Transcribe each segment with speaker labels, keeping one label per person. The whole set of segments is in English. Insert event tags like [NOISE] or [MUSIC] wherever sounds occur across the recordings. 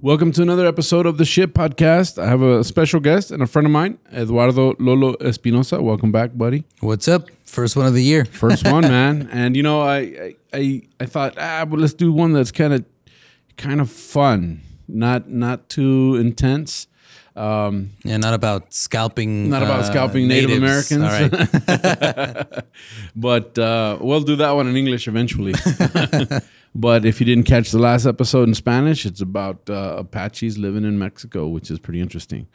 Speaker 1: Welcome to another episode of The Shit Podcast. I have a special guest and a friend of mine, Eduardo Lolo Espinosa. Welcome back, buddy.
Speaker 2: What's up? First one of the year.
Speaker 1: First one, man. And you know, I I I, I thought ah, but let's do one that's kind of kind of fun, not not too intense. Um,
Speaker 2: Yeah, not about scalping. uh,
Speaker 1: Not about scalping Native
Speaker 2: natives.
Speaker 1: Americans.
Speaker 2: All right.
Speaker 1: [LAUGHS] but uh, we'll do that one in English eventually. [LAUGHS] but if you didn't catch the last episode in Spanish, it's about uh, Apaches living in Mexico, which is pretty interesting.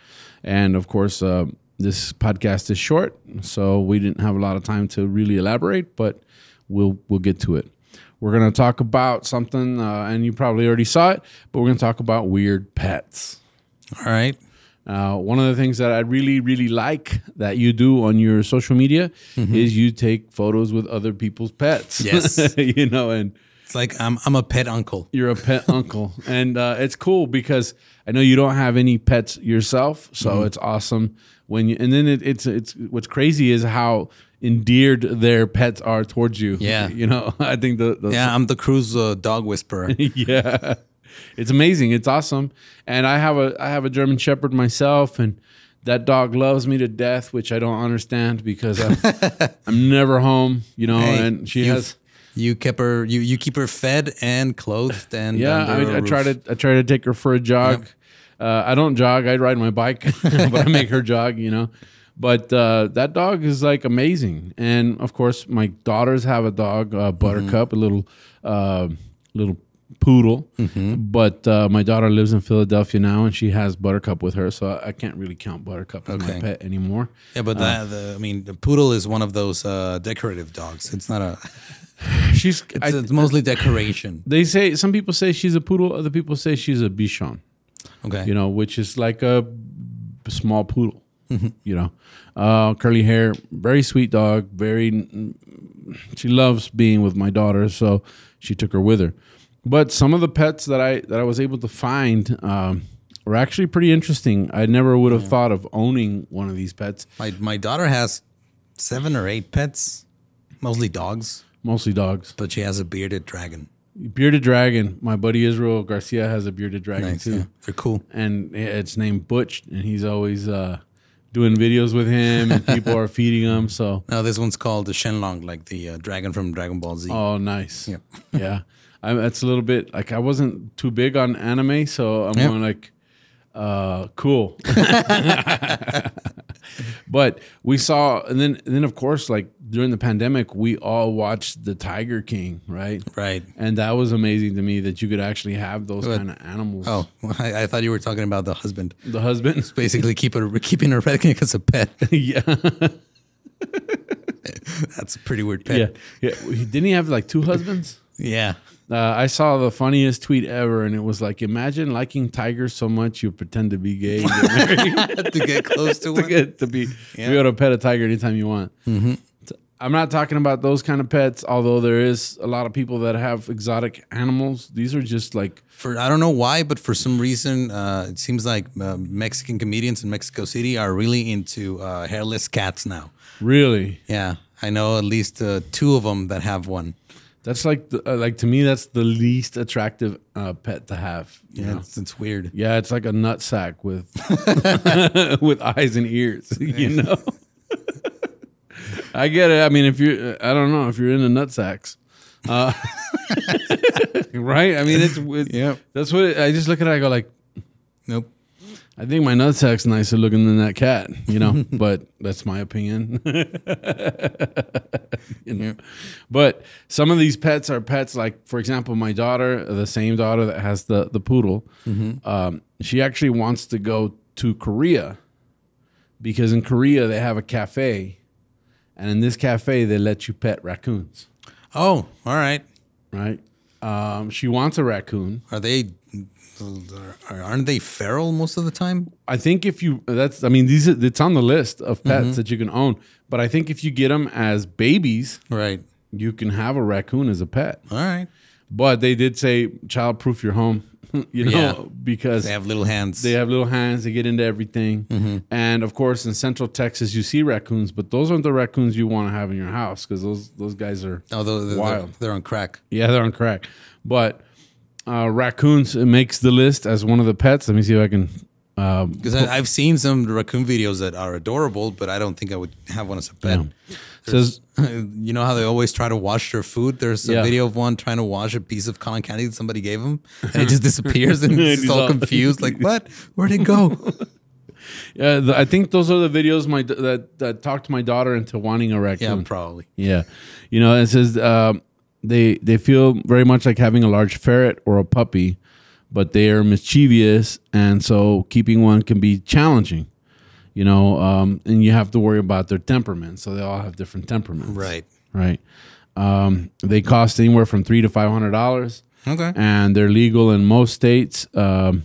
Speaker 1: And of course, uh, this podcast is short, so we didn't have a lot of time to really elaborate, but we'll we'll get to it. We're gonna talk about something, uh, and you probably already saw it, but we're gonna talk about weird pets. [LAUGHS]
Speaker 2: All right.
Speaker 1: Uh, one of the things that I really, really like that you do on your social media is you take photos with other people's pets.
Speaker 2: Mm-hmm.
Speaker 1: [LAUGHS]
Speaker 2: Yes.
Speaker 1: you know, and
Speaker 2: It's like I'm I'm a pet uncle.
Speaker 1: you're a pet uncle. And uh, it's cool because I know you don't have any pets yourself. So
Speaker 2: Mm-hmm.
Speaker 1: it's awesome when you, and then it, it's, it's, what's crazy is how endeared their pets are towards you.
Speaker 2: Yeah.
Speaker 1: [LAUGHS] You know, I think the, the
Speaker 2: Yeah, I'm the crew's uh, dog whisperer.
Speaker 1: [LAUGHS] Oh, yeah it's amazing it's awesome and i have a i have a german shepherd myself and that dog loves me to death which i don't understand because i'm, I'm never home you know
Speaker 2: Hey,
Speaker 1: and she
Speaker 2: you-
Speaker 1: has
Speaker 2: You kept her. You you keep her fed and clothed and
Speaker 1: yeah
Speaker 2: under
Speaker 1: I, I
Speaker 2: a
Speaker 1: try
Speaker 2: roof.
Speaker 1: to i try to take her for a jog uh, i don't jog i ride my bike [LAUGHS] but i make her jog you know but uh, that dog is like amazing and of course my daughters have a dog uh, buttercup
Speaker 2: Mm-hmm.
Speaker 1: a little uh, little poodle
Speaker 2: Mm-hmm.
Speaker 1: but uh, my daughter lives in philadelphia now and she has buttercup with her so i can't really count buttercup as my
Speaker 2: Okay.
Speaker 1: pet
Speaker 2: [LAUGHS]
Speaker 1: anymore
Speaker 2: Yeah, but that the, I mean, the poodle is one of those uh, decorative dogs. It's not a.
Speaker 1: she's I-
Speaker 2: It's, it's mostly decoration.
Speaker 1: they say some people say she's a poodle other people say she's a bichon
Speaker 2: Okay.
Speaker 1: you know, which is like a small poodle, you know, uh, curly hair, very sweet dog, very. She loves being with my daughter, so she took her with her. But some of the pets that I that I was able to find um, were actually pretty interesting. I never would have thought of owning one of these pets,
Speaker 2: my my daughter has seven or eight pets, mostly dogs,
Speaker 1: mostly dogs.
Speaker 2: but she has a bearded dragon.
Speaker 1: Bearded dragon. My buddy Israel Garcia has a bearded dragon
Speaker 2: Nice.
Speaker 1: too.
Speaker 2: Yeah. They're cool.
Speaker 1: and it's named Butch, and he's always uh, doing videos with him, and people are feeding him. So,
Speaker 2: No, this one's called the Shenlong, like the uh, dragon from Dragon Ball Z.
Speaker 1: oh, nice. Yeah, [LAUGHS] yeah. I, that's a little bit like I wasn't too big on anime, so I'm
Speaker 2: Yeah.
Speaker 1: going like, uh, cool. [LAUGHS] but we saw, and then and then of course, like during the pandemic, we all watched the Tiger King, right?
Speaker 2: Right.
Speaker 1: And that was amazing to me that you could actually have those kind of animals.
Speaker 2: Oh, [LAUGHS] I, I thought you were talking about the husband.
Speaker 1: The husband,
Speaker 2: Basically, keep a, [LAUGHS] keeping a redneck as a pet.
Speaker 1: [LAUGHS]
Speaker 2: [LAUGHS]
Speaker 1: yeah.
Speaker 2: That's a pretty weird
Speaker 1: yeah,
Speaker 2: pet.
Speaker 1: yeah. Didn't he have like two husbands?
Speaker 2: [LAUGHS] Yeah.
Speaker 1: Uh, I saw the funniest tweet ever, and it was like, imagine liking tigers so much you pretend to be gay [LAUGHS] and get married
Speaker 2: [LAUGHS] to get close
Speaker 1: to
Speaker 2: to one.
Speaker 1: get to be to be able to pet a tiger anytime you want.
Speaker 2: Mm-hmm.
Speaker 1: T- I'm not talking about those kind of pets, although there is a lot of people that have exotic animals. These are just like
Speaker 2: For I don't know why, but for some reason, uh, it seems like uh, Mexican comedians in Mexico City are really into uh, hairless cats now.
Speaker 1: really.
Speaker 2: Yeah, I know at least uh, two of them that have one.
Speaker 1: That's like the, uh, like to me, that's the least attractive uh, pet to have. You
Speaker 2: Yeah,
Speaker 1: know?
Speaker 2: it's, it's weird.
Speaker 1: Yeah, it's like a nut sack with [LAUGHS] with eyes and ears, [LAUGHS] you know. I get it. I mean, if you I don't know if you're into nut sacks. Uh, [LAUGHS] right? I mean, it's, it's
Speaker 2: Yep.
Speaker 1: That's what it, I just look at it I go like
Speaker 2: Nope.
Speaker 1: I think my nut sack's nicer looking than that cat, you know, but that's my opinion. [LAUGHS] You know? But some of these pets are pets like, for example, my daughter, the same daughter that has the the poodle, um, she actually wants to go to Korea because in Korea they have a cafe, and in this cafe they let you pet raccoons.
Speaker 2: Oh, all right.
Speaker 1: Right? Um, she wants a raccoon.
Speaker 2: Are they Mexicans are, aren't they feral most of the time?
Speaker 1: I think if you that's I mean these are, it's on the list of pets
Speaker 2: Mm-hmm.
Speaker 1: that you can own, but I think if you get them as babies,
Speaker 2: Right.
Speaker 1: you can have a raccoon as a pet.
Speaker 2: All right.
Speaker 1: But they did say childproof your home, [LAUGHS] you know,
Speaker 2: Yeah. Mm-hmm.
Speaker 1: because
Speaker 2: They have little hands.
Speaker 1: they have little hands, they get into everything. And of course, in Central Texas, you see raccoons, but those aren't the raccoons you want to have in your house because those those guys are
Speaker 2: Although Oh, they're, they're,
Speaker 1: Wild.
Speaker 2: they're on crack.
Speaker 1: yeah they're on crack. But uh, raccoons it makes the list as one of the pets. Let me see if I can. Um,
Speaker 2: Because I've seen some raccoon videos that are adorable, but I don't think I would have one as a pet.
Speaker 1: says
Speaker 2: [LAUGHS] you know how they always try to wash their food? There's a
Speaker 1: Yeah.
Speaker 2: video of one trying to wash a piece of cotton candy that somebody gave him, and it just
Speaker 1: [LAUGHS]
Speaker 2: disappears, and he's,
Speaker 1: He's
Speaker 2: all,
Speaker 1: all-
Speaker 2: confused, like, "What? Where'd it go?"
Speaker 1: [LAUGHS] Yeah, the, I think those are the videos my da- that that talked my daughter into wanting a
Speaker 2: yeah,
Speaker 1: raccoon.
Speaker 2: probably.
Speaker 1: Yeah, you know, it says um, they they feel very much like having a large ferret or a puppy, but they are mischievous, and so keeping one can be challenging. You know, um, and you have to worry about their temperament. So they all have different temperaments,
Speaker 2: Right.
Speaker 1: Right. Um, they cost anywhere from three to five hundred dollars
Speaker 2: Okay.
Speaker 1: and they're legal in most states. Um,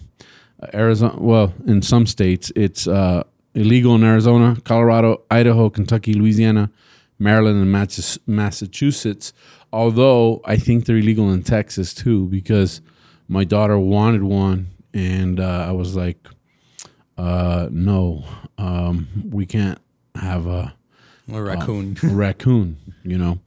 Speaker 1: Arizona, well, in some states, it's uh, illegal in Arizona, Colorado, Idaho, Kentucky, Louisiana, Maryland, and Matches- Massachusetts. Although I think they're illegal in Texas too, because my daughter wanted one, and uh, I was like, uh, "No, um, we can't have a."
Speaker 2: A raccoon.
Speaker 1: raccoon, you know.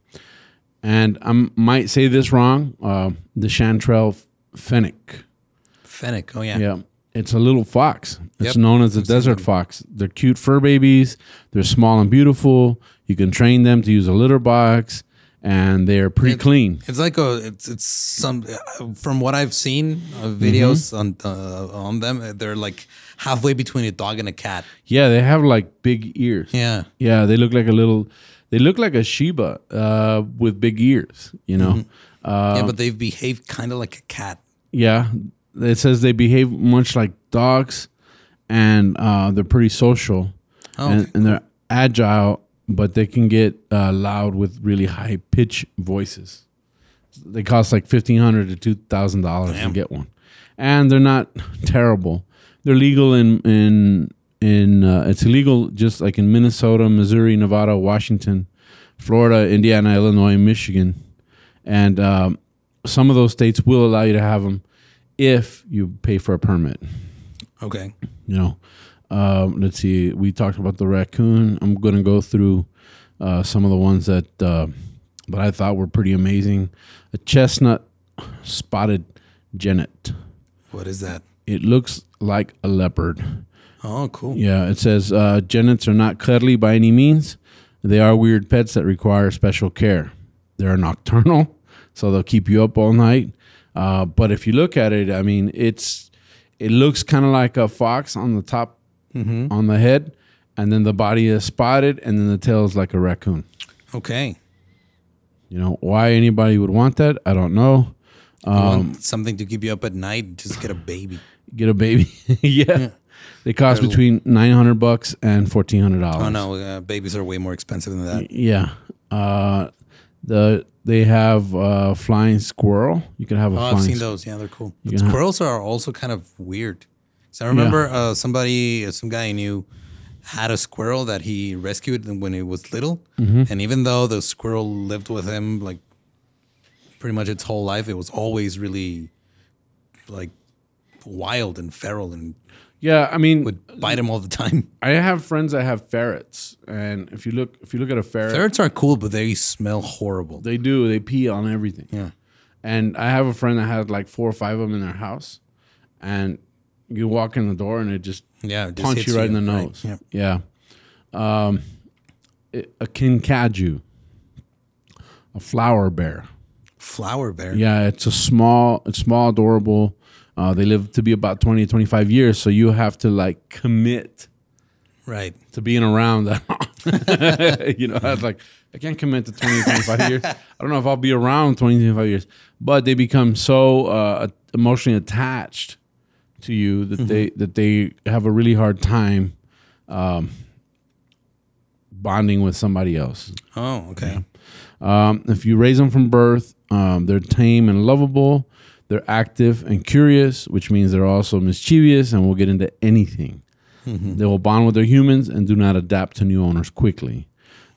Speaker 1: And I might say this wrong. Uh, the Chanterelle fennec.
Speaker 2: [LAUGHS] Fennec. Oh yeah.
Speaker 1: Yeah. It's a little fox. It's
Speaker 2: Yep.
Speaker 1: known as the desert fox. They're cute fur babies. They're small and beautiful. You can train them to use a litter box, and they're pretty clean.
Speaker 2: It's like a. It's it's some. uh, From what I've seen of
Speaker 1: Mm-hmm.
Speaker 2: videos on uh, on them, they're like halfway between a dog and a cat.
Speaker 1: Yeah, they have like big ears.
Speaker 2: Yeah.
Speaker 1: Yeah, they look like a little. They look like a Sheba uh, with big ears. You know.
Speaker 2: Mm-hmm.
Speaker 1: Uh,
Speaker 2: yeah, but they've behaved kind of like a cat.
Speaker 1: Yeah, it says they behave much like dogs, and uh, they're pretty social,
Speaker 2: Oh,
Speaker 1: and,
Speaker 2: okay,
Speaker 1: and they're agile, but they can get uh, loud with really high pitch voices. They cost like fifteen hundred to two thousand dollars to get one, and they're not [LAUGHS] terrible. They're legal in in in uh, it's illegal just like in Minnesota, Missouri, Nevada, Washington, Florida, Indiana, Illinois, and Michigan, and um, some of those states will allow you to have them if you pay for a permit.
Speaker 2: Okay.
Speaker 1: You know, um, let's see. We talked about the raccoon. I'm going to go through uh, some of the ones that uh, that I thought were pretty amazing. A chestnut spotted jennet.
Speaker 2: What is that?
Speaker 1: It looks like a leopard.
Speaker 2: Oh, cool.
Speaker 1: Yeah, it says uh, jennets are not cuddly by any means. They are weird pets that require special care. They're nocturnal, [LAUGHS] so they'll keep you up all night. Uh, but if you look at it, I mean, it's it looks kind of like a fox on the top, on the head, and then the body is spotted, and then the tail is like a raccoon.
Speaker 2: Okay.
Speaker 1: You know why anybody would want that? I don't know.
Speaker 2: You want something to keep you up at night, just get a baby.
Speaker 1: Get a baby, [LAUGHS] yeah. They cost between nine hundred bucks and fourteen hundred dollars.
Speaker 2: Oh no, uh, babies are way more expensive than that.
Speaker 1: Yeah. Uh, the they have uh, flying squirrel. You can have a
Speaker 2: Oh, I've
Speaker 1: flying.
Speaker 2: seen
Speaker 1: squ-
Speaker 2: those. Yeah, they're cool.
Speaker 1: Yeah.
Speaker 2: But squirrels are also kind of weird. So I remember uh, somebody, some guy I knew, had a squirrel that he rescued when he was little, and even though the squirrel lived with him like pretty much its whole life, it was always really like wild and feral and
Speaker 1: Yeah, I mean,
Speaker 2: would bite him all the
Speaker 1: [LAUGHS]
Speaker 2: time.
Speaker 1: I have friends that have ferrets, and if you look, if you look at a ferret,
Speaker 2: Ferrets are cool, but they smell horrible.
Speaker 1: they do they pee on everything.
Speaker 2: Yeah.
Speaker 1: And I have a friend that had like four or five of them in their house, and you walk in the door and it just
Speaker 2: Yeah, it just
Speaker 1: punch
Speaker 2: hits
Speaker 1: you right in the
Speaker 2: right?
Speaker 1: nose.
Speaker 2: Yeah.
Speaker 1: Yeah. Um, it- a kinkajou, a flower bear.
Speaker 2: Flower bear.
Speaker 1: Yeah, it's a small, it's small, adorable. Uh, they live to be about 20 to 25 years, so you have to like commit
Speaker 2: Right.
Speaker 1: to being around that long. [LAUGHS] you know, I was like, I can't commit to 20 to 25 years. I don't know if I'll be around 20 to 25 years, but they become so uh, emotionally attached to you that they that they have a really hard time um, bonding with somebody else.
Speaker 2: Oh, okay.
Speaker 1: Um, if you raise them from birth, um, they're tame and lovable. They're active and curious, which means they're also mischievous and will get into
Speaker 2: [LAUGHS]
Speaker 1: anything. They will bond with their humans and do not adapt to new owners quickly.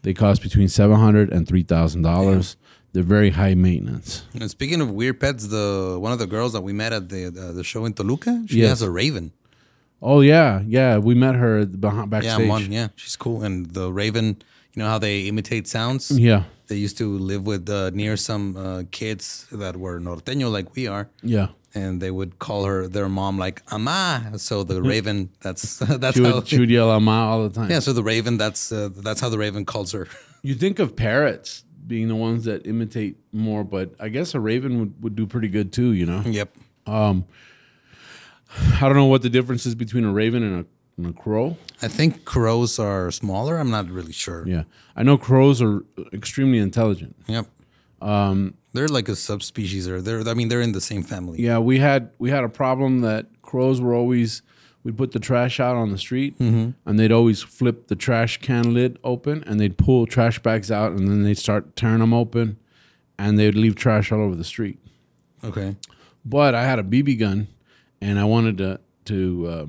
Speaker 1: They cost between $700 and $3,000. They're very high maintenance.
Speaker 2: And speaking of weird pets, the one of the girls that we met at the uh, the show in Toluca, she
Speaker 1: Yes.
Speaker 2: has a raven.
Speaker 1: Oh, yeah. Yeah. We met her at the behi-
Speaker 2: Yeah,
Speaker 1: backstage.
Speaker 2: one. Yeah, she's cool. And the raven, you know how they imitate sounds?
Speaker 1: Yeah.
Speaker 2: They used to live with uh, near some uh, kids that were norteño like we are.
Speaker 1: Yeah.
Speaker 2: And they would call her their mom like "ama,"
Speaker 1: [LAUGHS]
Speaker 2: so the raven. That's [LAUGHS] that's
Speaker 1: She
Speaker 2: how.
Speaker 1: would, she would yell "Ama" all the time.
Speaker 2: yeah, so the raven. That's uh, that's how the raven calls her. [LAUGHS]
Speaker 1: You think of parrots being the ones that imitate more, but I guess a raven would, would do pretty good too, you know?
Speaker 2: yep.
Speaker 1: I don't know what the difference is between a raven and a, and a crow.
Speaker 2: I think crows are smaller. I'm not really sure.
Speaker 1: Yeah. I know crows are extremely intelligent.
Speaker 2: Yep. Um, they're like a subspecies, or they're. I mean, they're in the same family.
Speaker 1: Yeah, we had we had a problem that crows were always we'd put the trash out on the street and they'd always flip the trash can lid open and they'd pull trash bags out and then they'd start tearing them open and they'd leave trash all over the street.
Speaker 2: Okay.
Speaker 1: but I had a BB gun and I wanted to to uh,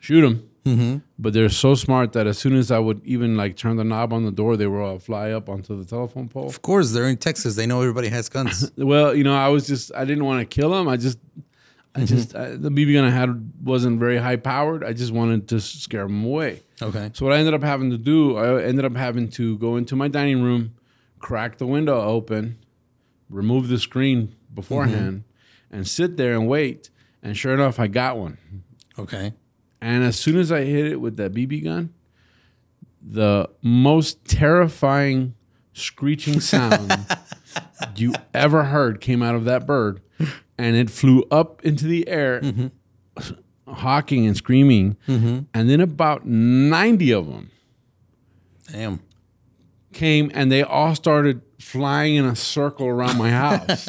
Speaker 1: shoot them. But they're so smart that as soon as I would even like turn the knob on the door, they would all fly up onto the telephone pole.
Speaker 2: Of course, they're in Texas. They know everybody has guns.
Speaker 1: Well, you know, I was just I didn't want to kill them. I just I just I, the BB gun I had wasn't very high powered. I just wanted to scare them away.
Speaker 2: [LAUGHS] okay.
Speaker 1: So what I ended up having to do, I ended up having to go into my dining room, crack the window open, remove the screen beforehand, and sit there and wait. And sure enough, I got one.
Speaker 2: Okay.
Speaker 1: And as soon as I hit it with that BB gun, the most terrifying screeching sound you ever heard came out of that bird. And it flew up into the air, hawking and screaming. And then about 90 of them
Speaker 2: Damn.
Speaker 1: came and they all started flying in a circle around my
Speaker 2: [LAUGHS]
Speaker 1: house.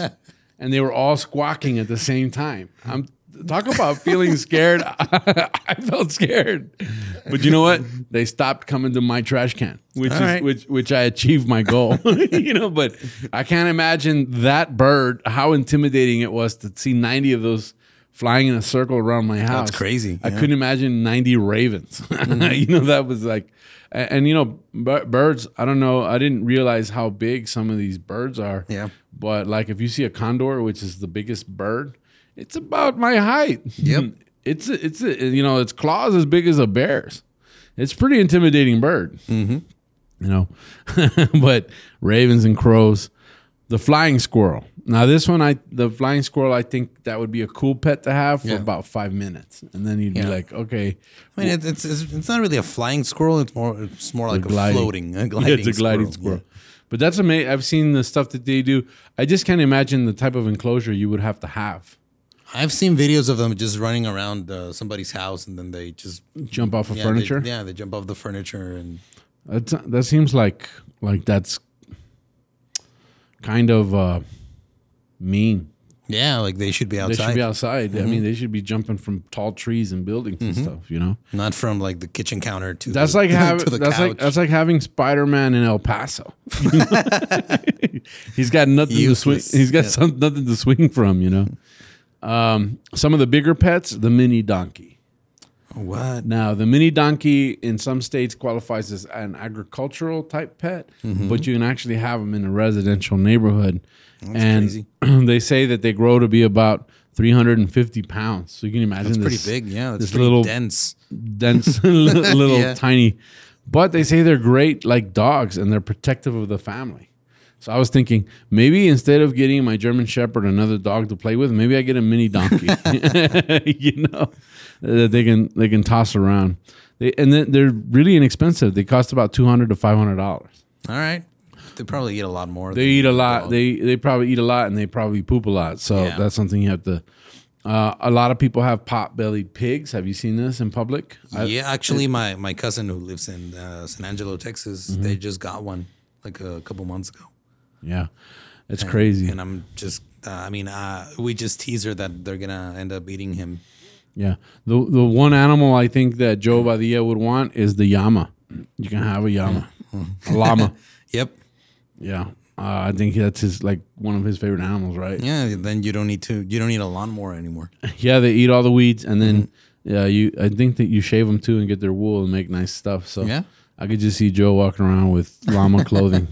Speaker 1: and they were all squawking at the same time. I'm talk about feeling scared. [LAUGHS] I felt scared. But you know what? They stopped coming to my trash can, which
Speaker 2: All
Speaker 1: is
Speaker 2: right.
Speaker 1: which which I achieved my goal. [LAUGHS] you know, but I can't imagine that bird how intimidating it was to see 90 of those flying in a circle around my house.
Speaker 2: crazy,
Speaker 1: I
Speaker 2: yeah.
Speaker 1: couldn't imagine 90 ravens. [LAUGHS] you know, that was like, and, and, you know, b- birds, I don't know, I didn't realize how big some of these birds are.
Speaker 2: Yeah.
Speaker 1: But like if you see a condor, which is the biggest bird, it's about my height. Yep. [LAUGHS] it's, a, it's, a, you know, its claws as big as a bear's. It's pretty intimidating bird, mm-hmm. you know, [LAUGHS] but ravens and crows, the flying squirrel. Now this one, I the flying squirrel, I think that would be a cool pet to have for
Speaker 2: Yeah.
Speaker 1: about five minutes, and then you'd be
Speaker 2: Yeah.
Speaker 1: like,
Speaker 2: [LAUGHS]
Speaker 1: okay,
Speaker 2: I mean, it, it's, it's it's not really a flying squirrel. It's more it's more like a
Speaker 1: gliding.
Speaker 2: floating, a gliding.
Speaker 1: yeah, it's a gliding squirrel. But that's amazing. I've seen the stuff that they do. I just can't imagine the type of enclosure you would have to have.
Speaker 2: Yeah. I've seen videos of them just running around uh, somebody's house, and then they just
Speaker 1: Jump off of
Speaker 2: yeah,
Speaker 1: furniture.
Speaker 2: They, yeah, they jump off the furniture, and
Speaker 1: That's, that seems like like that's kind of uh, mean.
Speaker 2: yeah, like they should be
Speaker 1: They
Speaker 2: outside, Mm-hmm.
Speaker 1: should be outside. I mean, they should be jumping from tall trees and buildings and stuff. You know,
Speaker 2: not from like the kitchen counter to
Speaker 1: that's
Speaker 2: the,
Speaker 1: like
Speaker 2: [LAUGHS] to
Speaker 1: having
Speaker 2: the
Speaker 1: that's like
Speaker 2: couch.
Speaker 1: that's like having Spider Man in El Paso. [LAUGHS] he's got nothing to
Speaker 2: Useless.
Speaker 1: swing. He's got some, nothing to swing from. You know, um, some of the bigger pets, the mini donkey.
Speaker 2: what?
Speaker 1: Now, the mini donkey in some states qualifies as an agricultural type pet,
Speaker 2: Mm-hmm.
Speaker 1: but you can actually have them in a residential neighborhood. and [CLEARS THROAT] they say that they grow to be about 350 pounds. So you can imagine
Speaker 2: It's pretty
Speaker 1: this
Speaker 2: big. Yeah, it's
Speaker 1: this
Speaker 2: pretty
Speaker 1: little-
Speaker 2: dense.
Speaker 1: dense, [LAUGHS]
Speaker 2: [LAUGHS]
Speaker 1: little, little
Speaker 2: Yeah.
Speaker 1: tiny. But they say they're great like dogs and they're protective of the family. So I was thinking maybe instead of getting my German Shepherd another dog to play with, maybe I get a mini
Speaker 2: [LAUGHS]
Speaker 1: donkey, [LAUGHS] you know, that they can they can toss around. They, and then they're really inexpensive. They cost about two hundred to five hundred dollars.
Speaker 2: All right, they probably eat a lot more.
Speaker 1: They eat a lot. They they probably eat a lot and they probably poop a lot. So
Speaker 2: Yeah.
Speaker 1: that's something you have to. Uh, a lot of people have pot-bellied pigs. Have you seen this in public? I-
Speaker 2: yeah, actually, my, my cousin who lives in uh, San Angelo, Texas,
Speaker 1: Mm-hmm.
Speaker 2: they just got one like a couple months ago,
Speaker 1: yeah, it's crazy.
Speaker 2: and I'm just, uh, I mean, uh, we just tease her that they're gonna end up eating him.
Speaker 1: Yeah. The the one animal I think that Joe Badia would want is the llama. You can have a llama. A llama.
Speaker 2: Yep,
Speaker 1: Yeah. Uh, I think that's his like one of his favorite animals, right?
Speaker 2: Yeah, then you don't need to. You don't need a lawnmower
Speaker 1: [LAUGHS]
Speaker 2: anymore.
Speaker 1: Yeah, they eat all the weeds, and then yeah, you. I think that you shave them too and get their wool and make nice stuff. So
Speaker 2: Yeah.
Speaker 1: I could just see Joe walking around with llama clothing.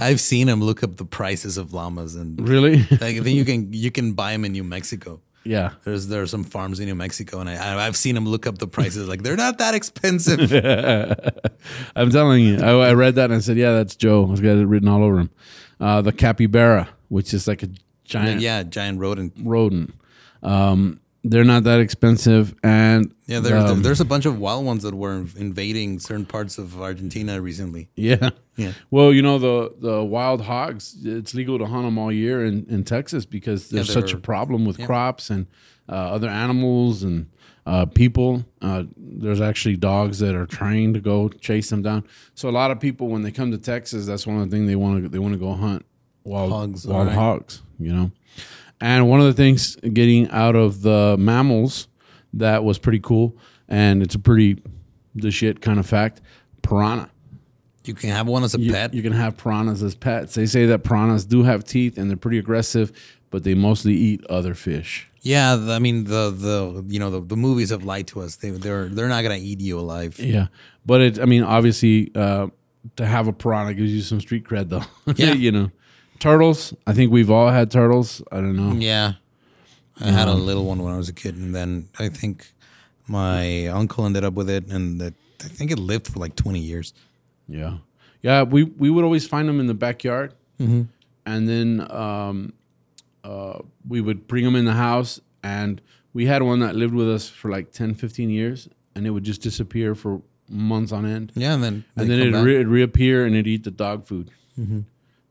Speaker 2: I've seen him look up the prices of llamas, and
Speaker 1: really? [LAUGHS]
Speaker 2: like I think you can you can buy them in New Mexico.
Speaker 1: yeah.
Speaker 2: There's there are some farms in New Mexico, and I I've seen him look up the prices. Like they're not that
Speaker 1: [LAUGHS]
Speaker 2: expensive.
Speaker 1: I'm telling you, I, I read that and I said, yeah, that's Joe. He's got it written all over him. Uh, the capybara, which is like a giant
Speaker 2: yeah, giant rodent.
Speaker 1: rodent. Um, they're not that expensive, and
Speaker 2: Yeah, there,
Speaker 1: um,
Speaker 2: there's a bunch of wild ones that were invading certain parts of Argentina recently.
Speaker 1: yeah,
Speaker 2: Yeah.
Speaker 1: Well, you know the the wild hogs. It's legal to hunt them all year in, in Texas because there's such a
Speaker 2: they're-
Speaker 1: problem with crops and uh, other animals and uh, people. Uh, there's actually dogs that are trained to go chase them down. So a lot of people, when they come to Texas, that's one of the things they want to they want to go hunt wild
Speaker 2: Hogs,
Speaker 1: wild
Speaker 2: alright.
Speaker 1: hogs. You know, and one of the things getting out of the mammals that was pretty cool, and it's a pretty the shit kind of fact. Piranha.
Speaker 2: You can have one as a
Speaker 1: You-
Speaker 2: pet.
Speaker 1: You can have piranhas as pets. They say that piranhas do have teeth and they're pretty aggressive, but they mostly eat other fish.
Speaker 2: yeah, the- I mean the the you know the, the movies have lied to us. They they're they're not gonna eat you alive.
Speaker 1: Yeah, but it. I mean, obviously, uh, to have a piranha gives you some street cred, though. [LAUGHS]
Speaker 2: Yeah.
Speaker 1: you know, turtles. I think we've all had turtles. I don't know.
Speaker 2: Yeah. I had a
Speaker 1: Um,
Speaker 2: little one when I was a kid, and then I think my uncle ended up with it, and that I think it lived for like 20 years.
Speaker 1: Yeah, yeah. We we would always find them in the backyard,
Speaker 2: Mm-hmm.
Speaker 1: and then um, uh, we would bring them in the house. And we had one that lived with us for like 10, 15 years, and it would just disappear for months on end.
Speaker 2: Yeah, and then
Speaker 1: and then it'd, re- it'd reappear and it'd eat the dog food.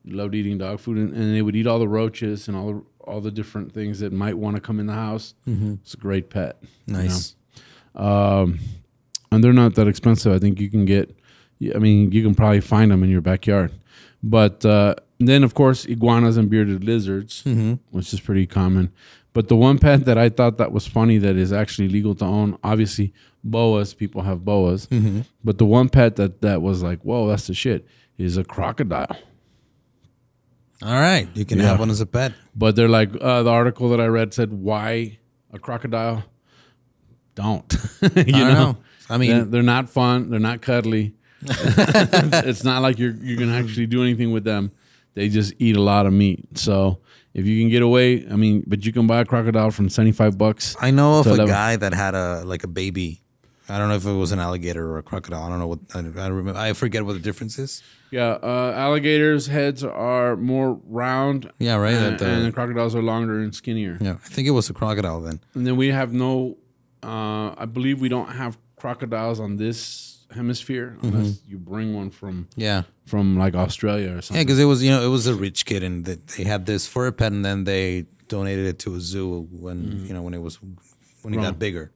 Speaker 1: Loved eating dog food, and, and they would eat all the roaches and all the, all the different things that might want to come in the house. It's a great pet,
Speaker 2: nice.
Speaker 1: um, and they're not that expensive. I think you can get, I mean, you can probably find them in your backyard. But uh, then, of course, iguanas and bearded lizards,
Speaker 2: Mm-hmm.
Speaker 1: which is pretty common. But the one pet that I thought that was funny that is actually legal to own, obviously, boas. People have boas,
Speaker 2: Mm-hmm.
Speaker 1: but the one pet that that was like, whoa, that's the shit, is a crocodile.
Speaker 2: All right, you can have one as a pet.
Speaker 1: But they're like uh, the article that I read said, why a crocodile? Don't [LAUGHS] you
Speaker 2: I don't know. I mean,
Speaker 1: Yeah, they're not fun. They're not cuddly.
Speaker 2: [LAUGHS]
Speaker 1: it's not like you're you're gonna actually do anything with them. They just eat a lot of meat. So if you can get away, I mean, but you can buy a crocodile from seventy five bucks.
Speaker 2: I know of
Speaker 1: So
Speaker 2: a
Speaker 1: that-
Speaker 2: guy that had a like a baby. I don't know if it was an alligator or a crocodile. I don't know what I, don't- I don't remember. I forget what the difference is.
Speaker 1: Yeah, uh, alligators' heads are more round.
Speaker 2: Yeah, right.
Speaker 1: And,
Speaker 2: that the-
Speaker 1: and the crocodiles are longer and skinnier.
Speaker 2: yeah, I think it was a crocodile then.
Speaker 1: And then we have no. Uh, I believe we don't have crocodiles on this hemisphere
Speaker 2: Mm-hmm.
Speaker 1: unless you bring one from
Speaker 2: Yeah,
Speaker 1: from like Australia or
Speaker 2: yeah,
Speaker 1: something.
Speaker 2: because it was you know it was a rich kid and they, they had this for a pet and then they donated it to a zoo when you know when it was when it got bigger.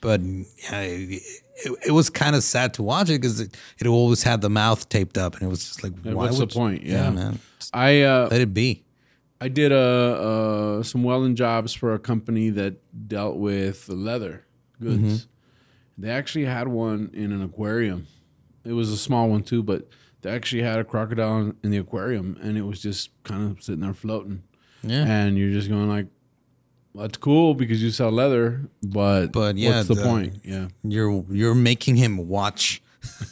Speaker 2: But yeah, it, it, it was kind of sad to watch it because it, it always had the mouth taped up and it was just like, why
Speaker 1: What's the
Speaker 2: would you-
Speaker 1: point?
Speaker 2: Yeah,
Speaker 1: Yeah,
Speaker 2: man,
Speaker 1: I uh,
Speaker 2: let it be.
Speaker 1: I did uh, uh, some welding jobs for a company that dealt with leather goods.
Speaker 2: Mm-hmm.
Speaker 1: They actually had one in an aquarium. It was a small one too, but they actually had a crocodile in, in the aquarium, and it was just kind of sitting there floating.
Speaker 2: Yeah.
Speaker 1: And you're just going like, "That's cool because you sell leather, but
Speaker 2: But yeah,
Speaker 1: what's the,
Speaker 2: the-
Speaker 1: point?
Speaker 2: [LAUGHS]
Speaker 1: Yeah,
Speaker 2: You're you're making him watch.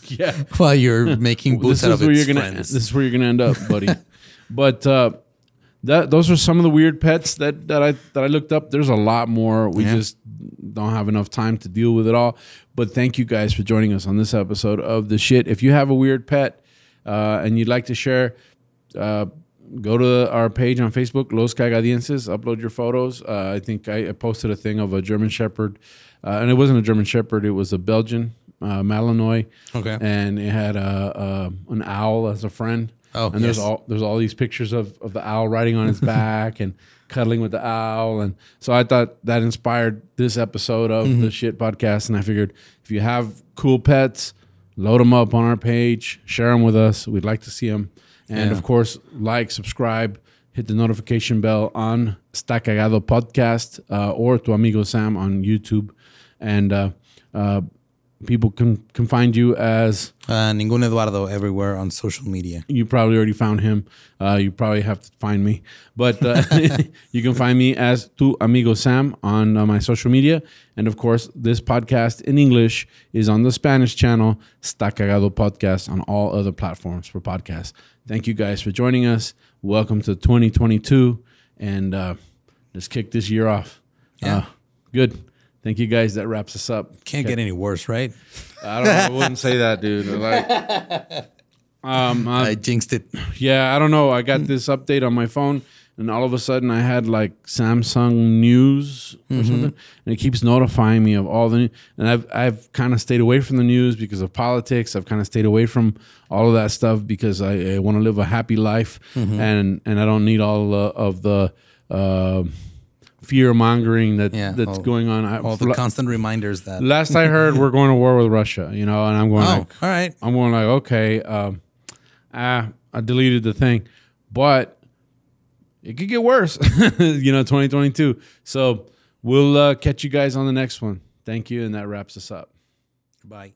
Speaker 1: yeah." [LAUGHS]
Speaker 2: while you're making boots
Speaker 1: this
Speaker 2: out
Speaker 1: is
Speaker 2: of
Speaker 1: where
Speaker 2: its
Speaker 1: you're gonna [LAUGHS]
Speaker 2: friends.
Speaker 1: this is where you're gonna end up,
Speaker 2: [LAUGHS]
Speaker 1: buddy. but uh, that those are some of the weird pets that that I that I looked up. There's a lot more. We just don't have enough time to deal with it all. But thank you guys for joining us on this episode of the shit. If you have a weird pet uh, and you'd like to share. Uh, Go to our page on Facebook, Los Cagadienses. Upload your photos. Uh, I think I I posted a thing of a German Shepherd, uh, and it wasn't a German Shepherd; it was a Belgian uh, Malinois
Speaker 2: Okay.
Speaker 1: and it had a, a an owl as a friend.
Speaker 2: Oh,
Speaker 1: and there's
Speaker 2: yes.
Speaker 1: all there's all these pictures of, of the owl riding on his back and cuddling with the owl, and so I thought that inspired this episode of
Speaker 2: Mm-hmm.
Speaker 1: the shit podcast, and I figured if you have cool pets, load them up on our page, share them with us. We'd like to see them, and of course, like, subscribe. Hit the notification bell on Sta Cagado Podcast uh, or Tu Amigo Sam on YouTube. And uh, uh, People can can find you as
Speaker 2: Uh, Ningun Eduardo everywhere on social media.
Speaker 1: you probably already found him. Uh, you probably have to find me, but uh, [LAUGHS] you can find me as Tu Amigo Sam on uh, my social media, and of course, this podcast in English is on the Spanish channel Está Cagado Podcast on all other platforms for podcasts. Thank you guys for joining us. Welcome to 2022, and uh, let's kick this year off.
Speaker 2: Yeah.
Speaker 1: Uh, good. Thank you guys. That wraps us up.
Speaker 2: Can't get any worse, right?
Speaker 1: I don't. I wouldn't say that, dude. Like, um, uh,
Speaker 2: I jinxed it.
Speaker 1: yeah, I don't know. I
Speaker 2: Mm.
Speaker 1: got this update on my phone, and all of a sudden I had like Samsung News or
Speaker 2: Mm-hmm.
Speaker 1: something, and it keeps notifying me of all the. New- and I've I've kind of stayed away from the news because of politics. I've kind of stayed away from all of that stuff because I, I want to live a happy life,
Speaker 2: Mm-hmm.
Speaker 1: and and I don't need all uh, of the. Uh, Fear mongering that
Speaker 2: Yeah,
Speaker 1: that's
Speaker 2: all-
Speaker 1: going on. I,
Speaker 2: All the constant reminders that.
Speaker 1: last I
Speaker 2: [LAUGHS]
Speaker 1: heard, we're going to war with Russia, you know, and I'm going
Speaker 2: Oh,
Speaker 1: like,
Speaker 2: all right.
Speaker 1: I'm going like, okay, um, ah, I deleted the thing, but it could get worse, [LAUGHS] you know, 2022. So we'll uh, catch you guys on the next one. Thank you, and that wraps us up.
Speaker 2: Bye.